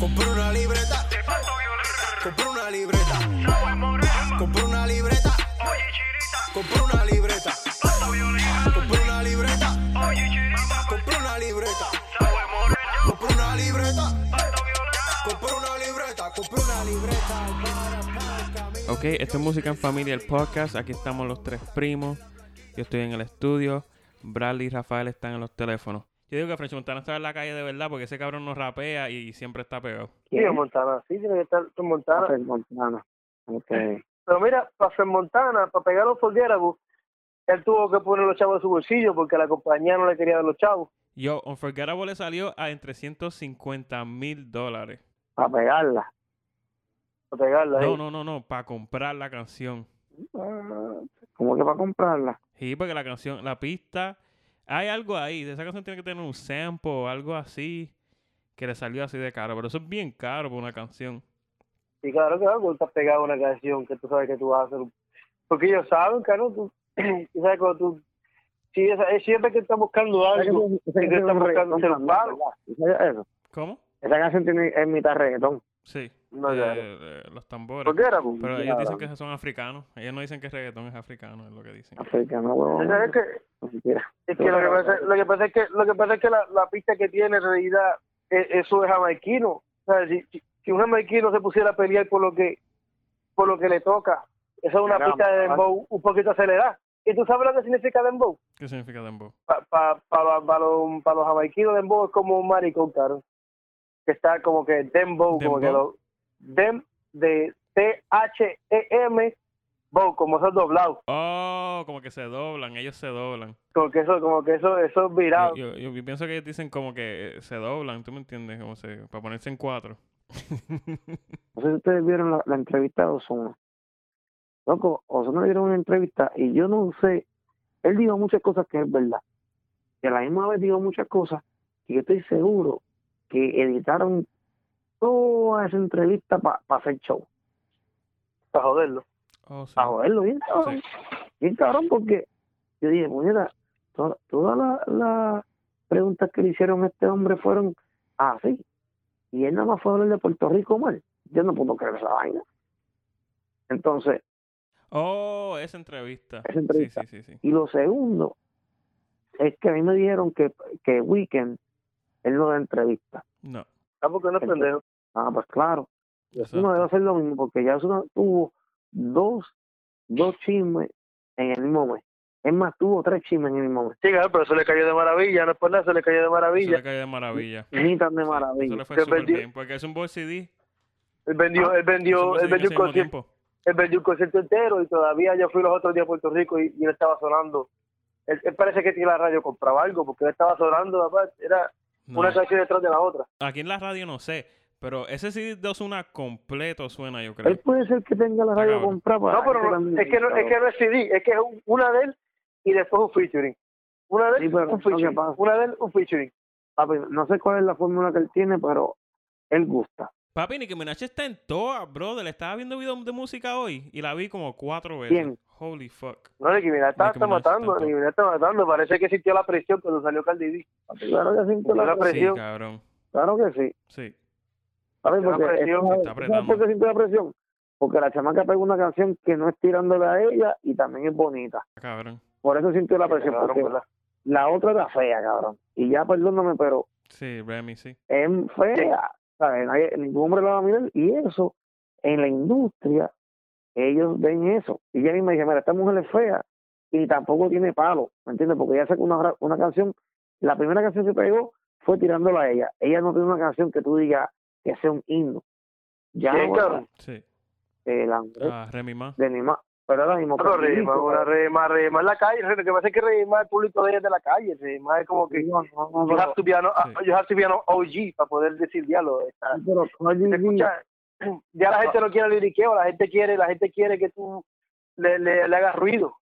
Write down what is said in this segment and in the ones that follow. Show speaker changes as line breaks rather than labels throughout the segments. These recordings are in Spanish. Compré una libreta. Compré una libreta. Compré una libreta. Compré una libreta. Compré una libreta. Compré una libreta. Compré una libreta. Compré una libreta. Compré una libreta.
Ok, esto es Música en Familia, el podcast. Aquí estamos los tres primos. Yo estoy en el estudio. Bradley y Rafael están en los teléfonos. Yo digo que French Montana está en la calle de verdad porque ese cabrón no rapea y siempre está pegado.
Sí, en Montana, sí, tiene que estar en Montana.
Rafael Montana. Ok.
Pero mira, para hacer Montana, para pegar los Forgettable, él tuvo que poner los chavos de su bolsillo porque la compañía no le quería dar los chavos
Yo, Unforgettable le salió a entre 150 mil dólares.
Para pegarla.
para pegarla.
No,
¿eh?
no, no, no, para comprar la canción.
Ah, ¿Cómo que para comprarla?
Sí, porque la canción, la pista, hay algo ahí. Esa canción tiene que tener un sample o algo así que le salió así de caro. Pero eso es bien caro por una canción.
Y claro que algo estás pegado a una canción que tú sabes que tú vas a hacer. un- Porque ellos saben, caro, tú, tú sabes cuando tú... Si esa- es siempre que están buscando algo,
Esa
que
canción
están
es
buscando
reggaetón
ser
también,
pago.
¿verdad? ¿Sabías eso?
¿Cómo?
Esa canción tiene, es mitad reggaetón.
Sí.
no
eh,
claro.
eh, los tambores.
Forgettable.
Pero
Ya,
ellos dicen
la-
que son africanos. Ellos no dicen que reggaetón es africano, es lo que dicen.
Africano, huevón.
¿Sabes qué?
Ni siquiera.
Es que lo que pasa, lo que pasa es que lo que pasa es que la, la pista que tiene en realidad e- eso es jamaiquino. O sea, si, si- si un jamaiquino se pusiera a pelear por lo que por lo que le toca, esa es una
Caramba,
pista de
¿verdad?
dembow un poquito acelerada. ¿Y tú sabes lo que significa dembow?
¿Qué significa dembow?
Para pa, pa, pa- pa los, pa los jamaiquinos dembow es como un maricón, caro. Que está como que dembow,
Dembow.
como que lo dem de T H E M bow, como esos doblados,
Oh, como que se doblan, ellos se doblan.
como que eso como que eso eso es virado.
Yo, yo- yo pienso que ellos dicen como que eh, se doblan, ¿tú me entiendes? Como se, para ponerse en cuatro.
No sé si ustedes vieron la, la entrevista de Osuna. Loco, Osuna le dieron una entrevista y yo no sé. Él dijo muchas cosas que es verdad. Y a la misma vez dijo muchas cosas que yo estoy seguro que editaron toda esa entrevista para hacer show.
Para joderlo.
Oh, sí.
Para joderlo bien, cabrón.
Sí.
Bien cabrón, porque yo dije, puñeta, to- todas las las preguntas que le hicieron a este hombre fueron así. Y él nada más fue a hablar de Puerto Rico mal. Yo no puedo creer esa vaina. Entonces,
Oh, esa entrevista.
Esa entrevista.
Sí, sí, sí. sí.
Y lo segundo es que a mí me dijeron que, que Weekend él no da entrevista.
No.
Ah, porque no es
Perfecto.
pendejo.
Ah, pues claro.
exacto.
Uno debe hacer lo mismo porque ya uno tuvo dos, dos chismes en el mismo mes. Es más, tuvo tres chismes en el mismo mes.
Sí, claro, pero se le cayó de maravilla, no es por nada, se le cayó de
Eso le
maravilla.
cayó de maravilla.
Ni tan de
Sí, Eso
maravilla.
le fue
Se
súper
vendió-
bien, porque es un boy CD.
Él vendió, él
es un
vendió,
boy
él
CD en ese
vendió, un
mismo
concierto,
tiempo.
él vendió un concierto entero y todavía yo fui los otros días a Puerto Rico y, y él estaba sonando. Él, él parece que tiene la radio compraba algo porque él estaba sonando, papá, era
No.
una canción detrás de la otra.
Aquí en la radio no sé, pero ese CD de Ozuna completo suena, yo creo.
Él puede ser que tenga la
Está
radio
cabrón.
comprada. para-
No, pero no, es que no, es que no es CD, es que es un- una de él y después un featuring. Una de él,
Sí, pero
un
eso que
featuring.
pasa.
Una de él, un featuring.
Papi, no sé cuál es la fórmula que él tiene, pero él gusta.
Papi, Nicki Minaj está en todas, brother. Estaba viendo videos de música hoy y la vi como cuatro veces.
¿Quién?
Holy fuck.
No, Nicki Minaj está,
Nicki
está
Minaj
matando,
está-
Nicki Minaj está matando. Parece que sintió la presión cuando salió Cardi B.
Papi, claro que sí.
Sintió la
Claro,
Sí,
presión.
cabrón.
claro que sí.
Sí.
¿Sabes?
Está
Porque
presión,
está
esto- ¿sabes
apretando.
por qué siento la presión? Porque la chamaca pega una canción que no es tirándole a ella y también es bonita.
Cabrón.
Por eso siento la
Sí,
presión.
claro,
Ah, porque
¿verdad?
la otra era fea, cabrón. Y ya, perdóname, pero
Sí, Remy, sí.
es fea. ¿sabes? Nadie- ningún hombre la va a mirar. Y eso, en la industria, ellos ven eso. Y Jenny me dice, mira, esta mujer es fea y tampoco tiene palo. ¿Me entiendes? Porque ella sacó una, gra- una canción. La primera canción que pegó fue tirándola a ella. Ella no tiene una canción que tú digas que sea un himno. Ya,
Sí,
ahora-
cabrón.
Sí.
el Andrés
Ah, Remy más.
¿Eh? de Nima. Pero ahora mismo.
Pero
Carlito,
Rima, una Rima, Rema en la calle. Lo que pasa es que Rima el público de ella es de la calle. Rima es como que.
no, no, no,
You have to be an,
Sí.
you have to be an OG para poder decir diálogo. está-
pero- pero Cardi
se
B,
escucha- Ya la gente no quiere liriqueo, la gente quiere, la gente quiere que tú le, le, le hagas ruido.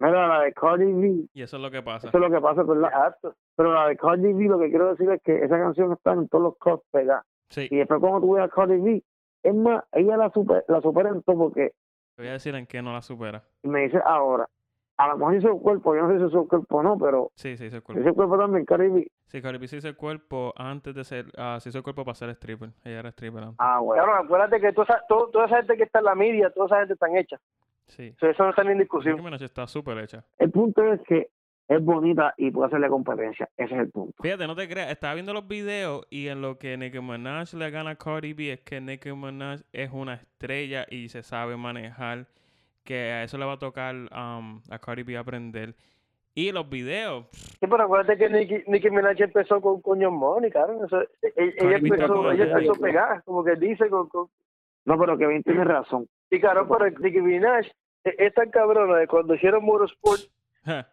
Mira, la de Cardi B,
Y eso es lo que pasa.
eso es lo que pasa con la.
Exacto.
Pero la de Cardi B, lo que quiero decir es que esa canción está en todos los cos pegadas.
Sí.
Y después, cuando tú ves a Cardi B, es más, ella la supera, la supera en todo porque
Te voy a decir en qué no la supera.
me dice ahora, a lo mejor hizo el cuerpo, yo no sé si hizo el cuerpo o no, pero
Sí, se hizo el
hizo
cuerpo.
el cuerpo también, Caribe.
Sí, Cardi B se hizo el cuerpo antes de ser. ah, se hizo el cuerpo para ser stripper. Ella era stripper antes.
Ah, bueno.
Claro, acuérdate que toda esa, todo- toda esa gente que está en la media, toda esa gente están hecha.
Sí.
O sea, eso no está ni en
Nicki
discusión.
Minaj está súper hecha.
El punto es que es bonita y puede hacerle competencia. Ese es el punto.
Fíjate, no te creas, estaba viendo los videos y en lo que Nicki Minaj le gana a Cardi B es que Nicki Minaj es una estrella y se sabe manejar, que a eso le va a tocar um, a Cardi B aprender. Y los videos,
Sí, pero acuérdate que Nicki, Nicki Minaj empezó con, con John Money, claro. Eso- e- e- ella,
Cardi B está
empezó,
con-
ella empezó a pegar, como que dice. Con, con-
No, pero Kevin tiene razón.
Y claro, pero Nicki Minaj e- es tan cabrona de cuando hicieron Motorsport
ja,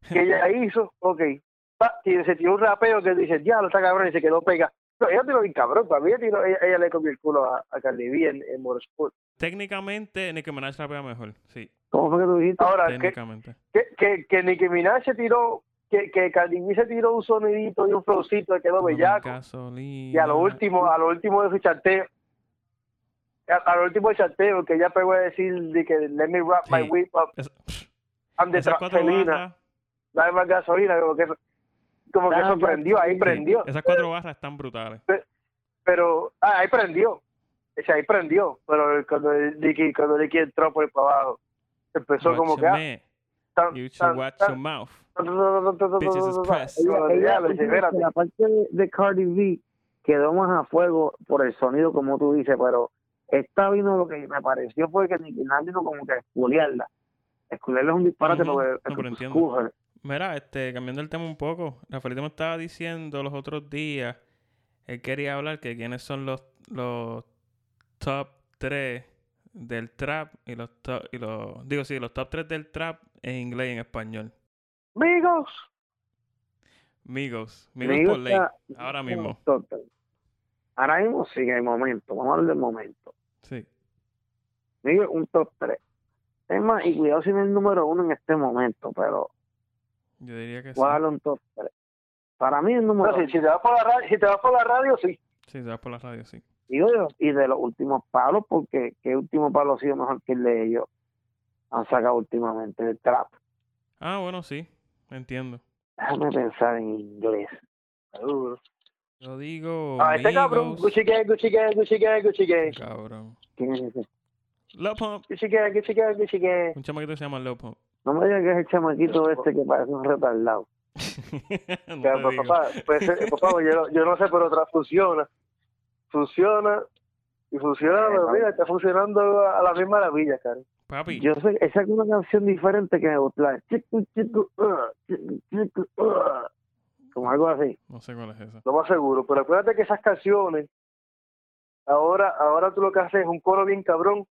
que ella hizo, ok. Pa, y se tiró un rapeo que dice, ya, lo está cabrón y se quedó pega. No, ella tiró bien cabrón, para mí ella, tiró- ella, ella le comió el culo a, a Cardi B en, en Motorsport.
técnicamente Nicki Minaj rapea mejor, sí,
¿Cómo fue que tú dijiste?
Ahora, que,
técnicamente.
que, que, que Nicki Minaj se tiró, que, que Cardi B se tiró un sonidito y un flowcito que quedó bellaco.
Gasolina.
Y a lo último, a lo último de su chanteo, a, a lo último de chanteo, que ella pegó a decir de que let me wrap my
Sí.
whip up,
Es-
I'm the
esas cuatro
gasolina,
barras,
dame más gasolina, como que, como que
Dame
eso prendió, ahí
sí,
prendió.
esas cuatro barras están brutales.
pero ah, ahí prendió. O sea, ahí prendió, pero cuando Nicky, cuando Nicky entró por ahí para abajo, empezó como que... ah,
Watch your man,
tan,
You
tan,
should watch
tan,
your mouth.
tan, tan, tan, tan, tan,
This is
tan, tan,
press.
tan. Yo, ya, lo dije, espérate.
la parte de, de Cardi B quedó más a fuego por el sonido, como tú dices, pero esta vino lo que me pareció fue que Nicki Minaj vino como que a esculearla. Esculearla es un disparate
Ujú.
porque
No,
porque
pero
tú
entiendo.
escujas.
Mira, este, cambiando el tema un poco, Rafaelito me estaba diciendo los otros días, él quería hablar que quiénes son los, los top 3 del trap y los top, y los, digo sí, los top 3 del trap en inglés y en español.
Amigos,
Migos,
Me
Migos por ley,
gusta-
Mm.
ahora mismo.
Ahora mismo sí, en el momento. Vamos a hablar del momento.
Sí.
Miguel, un top 3. Es más, y cuidado si no es el número uno en este momento, pero
Yo diría que sí.
voy a darle un top 3. Para mí el número
no, si, si te vas por la radio, si te vas por la radio, sí.
Sí, se va por la radio, sí.
digo yo, y de los últimos palos, porque qué último palo ha sido mejor que el de ellos. Han sacado últimamente el trap.
Ah, bueno, sí, entiendo.
Déjame pensar en inglés.
Yo digo
Ah, este cabrón,
Migos.
Gucci Gang, Gucci Gang, Gucci Gang, Gucci Gang,
Cabrón.
¿Quién es ese?
Lil Pump.
Gucci Gang, Gucci Gang, Gucci Gang.
Un chamaquito que se llama Lil Pump.
No me digas que es el chamaquito este que parece un retardado.
No
Claro,
te
pues,
digo.
papá, pues, eh, papá, yo, no- yo no sé, pero otra funciona. Funciona y funciona, pero mira, está funcionando a la misma maravilla, cara.
Papi.
Yo sé, esa es una canción diferente que me gusta. la de chicu, chicu, ah, chicu, chicu, ah, Como algo así.
No sé cuál es esa.
lo más seguro. Pero acuérdate que esas canciones, ahora, ahora tú lo que haces es un coro bien cabrón,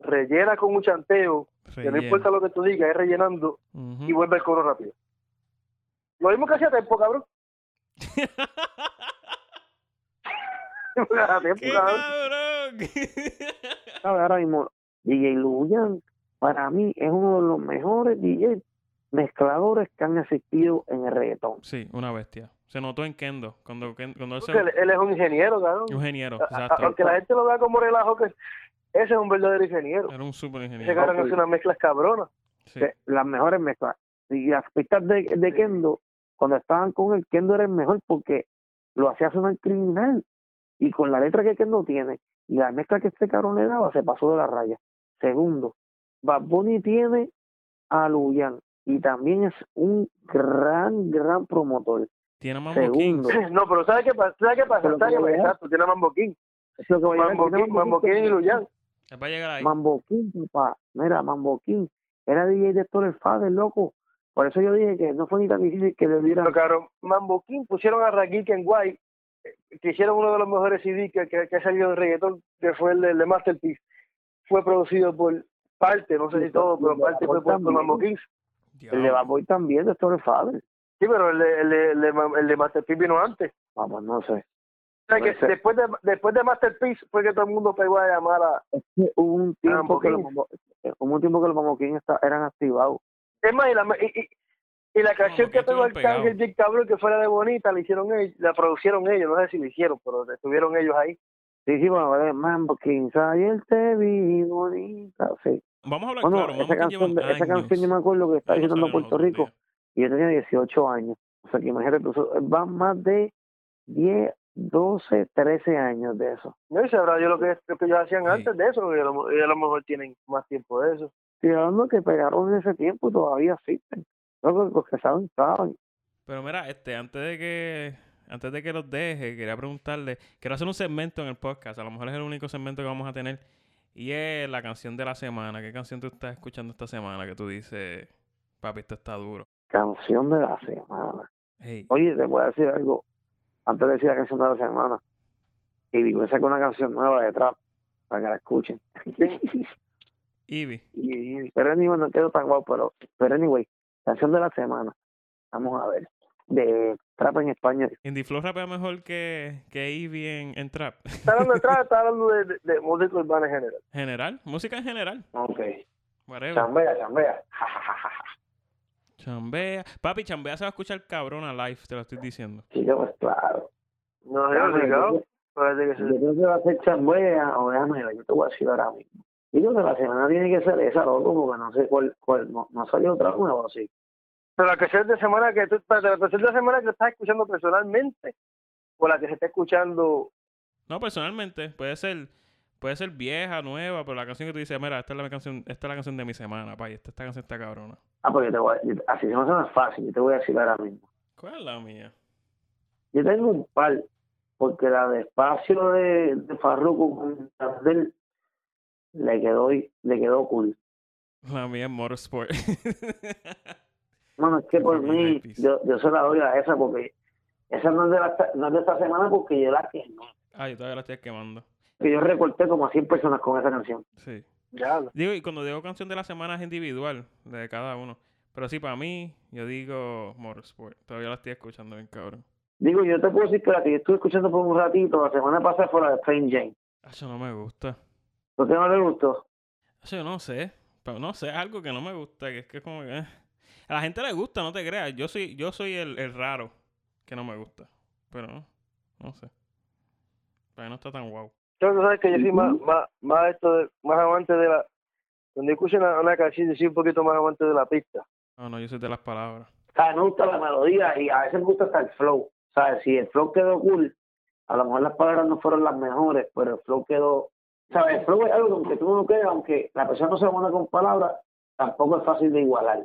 rellena con un chanteo, que no
Relleno.
importa lo que tú digas, es rellenando
Ujú.
y vuelve el coro rápido. Lo mismo que hacía tiempo, cabrón. Hacía tiempo,
¡Qué
cabrón.
cabrón!
¿Sabes? Ahora mismo, DJ Luyan, para mí, es uno de los mejores DJ mezcladores que han existido en el reggaetón.
sí, una bestia. Se notó en Kendo. Cuando, Ken- cuando él se...
Porque él, él es un ingeniero, cabrón.
Un ingeniero,
Ah,
A- a-
exacto.
Aunque la gente lo vea como relajo, que ese es un verdadero ingeniero.
Era un super
Ese
ingeniero.
cabrón hace unas mezclas cabronas.
Sí.
Que Las mejores mezclas. Y las pistas de, de Kendo, cuando estaban con el Kendo era el mejor porque lo hacía sonar criminal. Y con la letra que Kendo tiene y la mezcla que este cabrón le daba, se pasó de la raya. Segundo, Bad Bunny tiene a Luyan y también es un gran, gran promotor.
Tiene Mambo
Segundo,
Kings.
No, pero ¿sabes qué pasa? ¿Sabes qué pasa?
Pero
¿Sabes qué
como
pasa?
es.
Exacto, tiene a Mambo King.
Es lo que voy a
Mambo
llegar.
King, Mambo King y Luyan.
Él va a llegar ahí.
Mambo King, papá. Mira, Mambo King. Era DJ de Héctor el Fader, loco. Por eso yo dije que no fue ni tan difícil que le dieran.
Pero claro, Mambo King pusieron a Rakim Kenway, eh, que hicieron uno de los mejores CD que, que, que ha salido en reggaetón, que fue el de, el de Masterpiece. Fue producido por parte, no sé si todo, pero parte fue por, por Mambo King.
El de Bad Boy también, de Héctor el Fader.
Sí, pero el de, el de, el de Mam- el de Masterpiece vino antes.
Vamos, no sé.
O sea, que
Puede ser.
después, de, después de Masterpiece fue que todo el mundo pegó a llamar a...
Es que hubo un
Mambo
tiempo que los
King.
Mambo, eh, hubo un tiempo que los Mambo King esta- eran activados.
Es más, y la, y, y- y la canción
Mambo
que
King
pegó
estuvieron pegados.
el Dick Cabrón, que fuera de Bonita, la hicieron ellos, la produjeron ellos, no sé si la hicieron, pero estuvieron ellos ahí.
Sí, sí, bueno, vale, Ah, Mambo King. Ayer te vi bonita. Sí.
Vamos a hablar
Bueno,
claro. Vamos
esa, canción, de- esa canción yo me acuerdo que estaba visitando Puerto Rico y yo tenía 18 años. O sea, que imagínate, tú, eso- van más de 10, 12, 13 años de eso.
No y sabrá yo lo que, lo que ellos hacían
Sí.
antes de eso, porque a lo, ellos a lo mejor tienen más tiempo de eso.
Estoy hablando que pegaron en ese tiempo y todavía existen. Los que- los que saben, saben.
Pero mira, este, antes de que antes de que los deje, quería preguntarle, quiero hacer un segmento en el podcast, a lo mejor es el único segmento que vamos a tener y es la canción de la semana. ¿Qué canción tú estás escuchando esta semana que tú dices, papi, esto está duro?
Canción de la semana.
Hey,
Oye, te voy a decir algo. Antes de decir la canción de la semana. Y digo, saca una canción nueva de trap para que la escuchen.
Ivy,
Y- pero anyway, no quedó tan guau, pero, pero anyway, canción de la semana. Vamos a ver. De trap en español.
Indie Flow rapea mejor que, que Ivy en, en trap.
Está hablando de trap, está hablando de, de, de música urbana en general.
General, música en general,
Ok.
whatever.
Chambea, chambea.
Chambea. Papi, chambea se va a escuchar cabrón a live, te lo estoy diciendo.
Sí, yo, pues, claro.
No, yo
Déjame ver,
obligado.
yo-
Parece que
Yo
sí.
creo que va a ser chambea o déjame ver, yo te voy a decir ahora mismo. Yo creo que la semana tiene que ser esa, loco, porque no sé cuál, cuál no, no salió otra nueva, sí.
Pero la canción de semana que tú, espérate, la canción de semana que estás escuchando personalmente, o la que se está escuchando
No, personalmente, puede ser, puede ser vieja, nueva, pero la canción que tú dices, mira, esta es la canción, esta es la canción de mi semana, pay, esta, esta canción está cabrona.
Ah, pues yo te voy a, yo- así se me suena fácil, yo te voy a decir ahora mismo.
¿Cuál es la mía?
Yo tengo un par, porque la de espacio de, de Farruko con Yandel le quedó, le quedó cool.
La mía es Motorsport.
Bueno, es que por
Ok,
mí,
hypebeast.
yo, yo se la doy a esa, porque esa no es de, la, no es de esta semana, porque yo la quemé.
ah, yo todavía la estoy quemando.
Que yo recorté como a 100 personas con esa canción.
Sí.
ya habla.
Digo, y cuando digo canción de la semana es individual, de cada uno. Pero sí, para mí, yo digo Motorsport. Todavía la estoy escuchando bien, cabrón.
Digo, yo te puedo decir que la que yo estuve escuchando por un ratito, la semana pasada, fue la de Plain Jane.
Eso no me gusta.
¿No te no le gustó?
Eso yo no sé. Pero no sé, es algo que no me gusta, que es que es como que... eh. A la gente le gusta, no te creas. Yo soy, yo soy el, el raro que no me gusta. Pero no, no sé. Para mí no está tan guau.
Yo tú sabes que yo soy más, más, más, esto de- más amante de la... Cuando yo escucho una, una canción, yo soy un poquito más amante de la pista.
No, no, yo soy de las palabras.
O sea, me gusta la melodía y a veces me gusta hasta el flow. ¿Sabes? Si el flow quedó cool, a lo mejor las palabras no fueron las mejores, pero el flow quedó. ¿Sabes? El flow es algo que aunque tú no quedes, aunque la persona no sea buena con palabras, tampoco es fácil de igualar.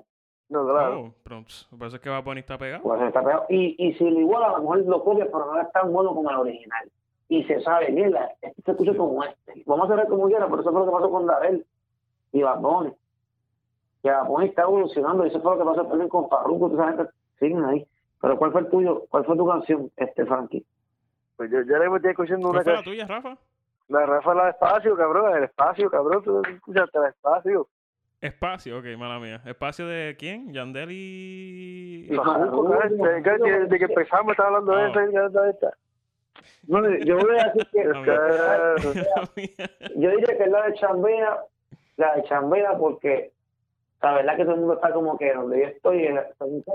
No, claro.
Oh, pero pss, por eso es que va Bunny está pegado.
Pues está pegado. Y, y si lo iguala, a lo mejor lo copia, pero no es tan bueno como el original. Y se sabe, mierda, este se escucha como este. Vamos a hacer como quiera, pero eso fue lo que pasó con Darel y Bad Bunny. Que Bad Bunny está evolucionando, y eso fue lo que pasó también con Farruko, toda esa gente siguen ahí. Pero ¿cuál fue el tuyo? ¿Cuál fue tu canción, este Frankie?
Pues yo, yo ahora mismo estoy escuchando
¿Cuál
una
fue la
canción.
tuya, Rafa?
La Rafa la de espacio, cabrón, el espacio, cabrón. Tú escuchaste la espacio.
Espacio, ok, mala mía. ¿Espacio de quién? Yandel y...
Y
Farruko, cabrón, desde, desde que empezamos estaba hablando de eso y ya está esta.
No, yo voy a decir que
La mía.
Claro.
La mía.
yo diría que es la de Chambea, la de Chambea, porque la verdad que todo el mundo está como que donde yo estoy, en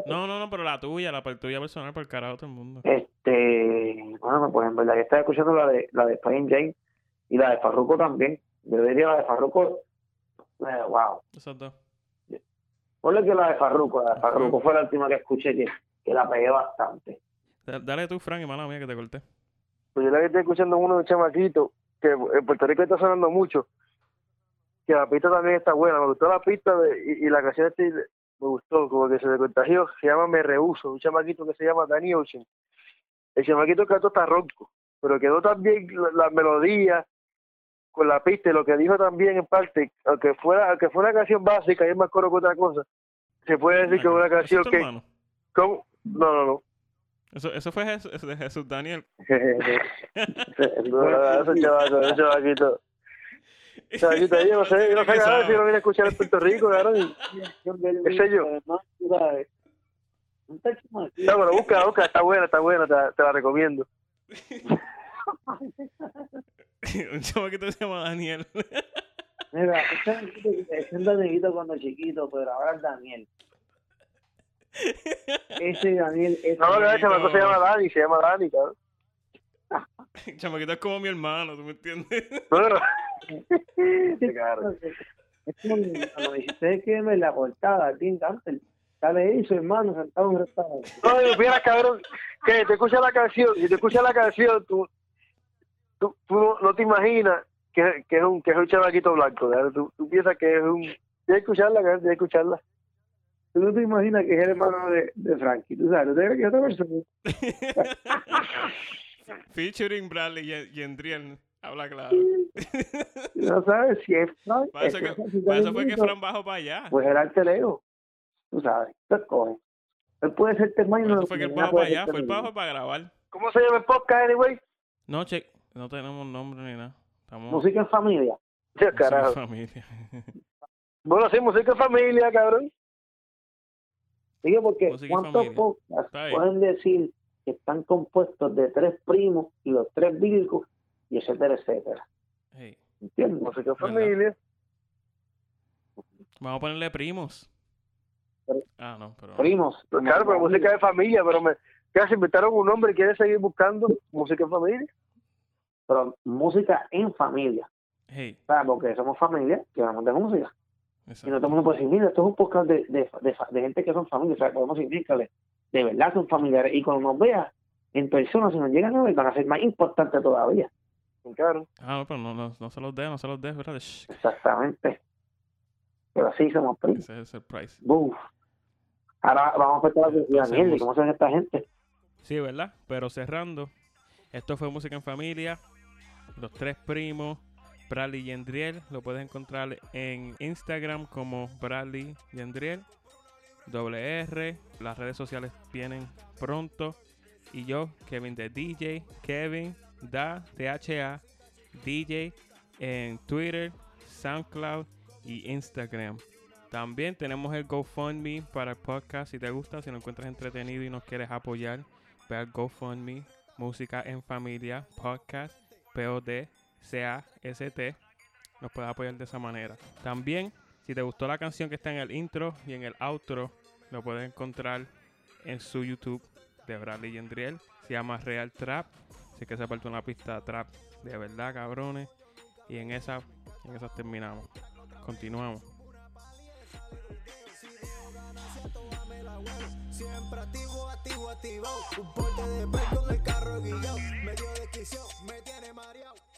No, no, no, pero la tuya, la per- tuya personal, por el carajo todo el mundo.
Este, bueno, pues en verdad, yo estaba escuchando la de la de Plain Jane y la de Farruko también. Yo diría la de Farruko, eh, wow.
Esas dos.
Ponle que la de Farruko, la de Farruko fue la última que escuché que, que la pegué bastante.
Da- Dale tú, Frank, y mala mía que te corté.
Pues yo la que estoy escuchando es uno de chamaquito, que en Puerto Rico está sonando mucho, que la pista también está buena. Me gustó la pista de- y, y la canción este me gustó, como que se le contagió. Se llama Me Rehuso, un chamaquito que se llama Danny Ocean. El chamaquito cantó está ronco, pero quedó también la, la melodía con la pista y lo que dijo también en parte, aunque fuera, aunque fue una canción básica y es más coro que otra cosa, se puede decir que es una
Mira, ¿eso es
canción
tu
que...
hermano?
¿cómo? No, no, no.
Eso, eso fue Jesús, eso de Jesús Daniel.
No, no, ese chavaco, ese chavaquito. Chavaquito, yo no sé, yo no sé nada si lo viene a escuchar en Puerto Rico, cabrón. Ese yo. No, pero busca, busca, está buena, está buena, te, te la recomiendo.
Un chamaquito que se llama Daniel.
Mira, es un Danielito cuando chiquito, pero ahora es Daniel. Ese Daniel es.
No, no, ese chamaco se llama Dani, se llama Dani, cabrón.
chamaquito es como mi hermano, ¿tú me entiendes?
No, no, no. Te cagaron.
Este Es como cuando me dijiste que me la cortada, Tim Campbell. Dale ahí, su hermano, sentado en un restaurante.
No, y hubiera cabrón, que te escucha la canción, y te escucha la canción, tú, tú, tú no, no te imaginas que, que es un que es un chavaquito blanco, ¿verdad? tú, tú piensas que es un... Tienes que escucharla, cabrón, tienes que escucharla.
Tú no te imaginas que es el hermano de, de Frankie. Tú sabes, no te crees que es otra persona.
Featuring Bradley y, y Endriel. Habla claro.
No sabes si es Frank.
Para eso,
es
que,
Frank, si
para
está
eso fue que
diciendo,
Fran bajó para allá.
Pues era el telero. Tú sabes, tú escoges. Él puede ser Termaño.
Por
no
eso fue que él
no
bajó
puede
para
ser
allá. Fue el
Termaño.
bajo para grabar.
¿Cómo se llama el podcast, anyway?
No, che, no tenemos nombre ni nada. Estamos
Música en familia.
Ya,
somos
carajo.
familia.
Bueno, sí, música en familia, cabrón.
Digo, porque
Música y
¿cuántos
familia.
podcasts
Está bien.
pueden decir que están compuestos de tres primos y los tres bíblicos y etcétera, etcétera?
Hey,
¿Entiendes?
Música
Verdad.
en familia.
vamos a ponerle primos.
Pero-
Ah, no, pero.
Primos.
Pero claro, pero música de familia, pero me... Ya se inventaron un nombre y quieren seguir buscando música en familia.
Pero música en familia.
Hey,
¿sabes? Porque somos familia que vamos de música. Y no todo el
exacto.
mundo puede decir, mira, esto es un podcast de, de, de, fa- de gente que son familia, o sea, podemos indicarle, de verdad son familiares. Y cuando nos vean en persona, si nos llegan a ver, van a ser más importantes todavía.
Claro.
Ah, no, pero no, no, no se los dé, no se los dé, espérate. shh,
Exactamente. Pero así somos primos.
Ese es el surprise.
Buf. Ahora vamos a empezar a curiosidad,
Hacemos.
mierda, ¿y ¿cómo son esta gente?
Sí, ¿verdad? Pero cerrando, esto fue Música en Familia, Los Tres Primos, Bradley Yendriel. Lo puedes encontrar en Instagram como Bradley Yendriel, doble R. Las redes sociales vienen pronto. Y yo, Kevin de DJ, Kevin da DHA, DJ en Twitter, SoundCloud y Instagram. También tenemos el GoFundMe para el podcast. Si te gusta, si lo encuentras entretenido y nos quieres apoyar, ve al GoFundMe, Música en Familia, Podcast, P-O-D-C-A-S-T. Nos puedes apoyar de esa manera. También, si te gustó la canción que está en el intro y en el outro, lo puedes encontrar en su YouTube de Bradley Yendriel. Se llama Real Trap. Así que se parte una pista trap de verdad, cabrones. Y en esa, en esas terminamos. Continuamos.
Siempre activo, activo, activo. Un porte de pez con el carro guillado. Medio de descripción, me tiene mareado.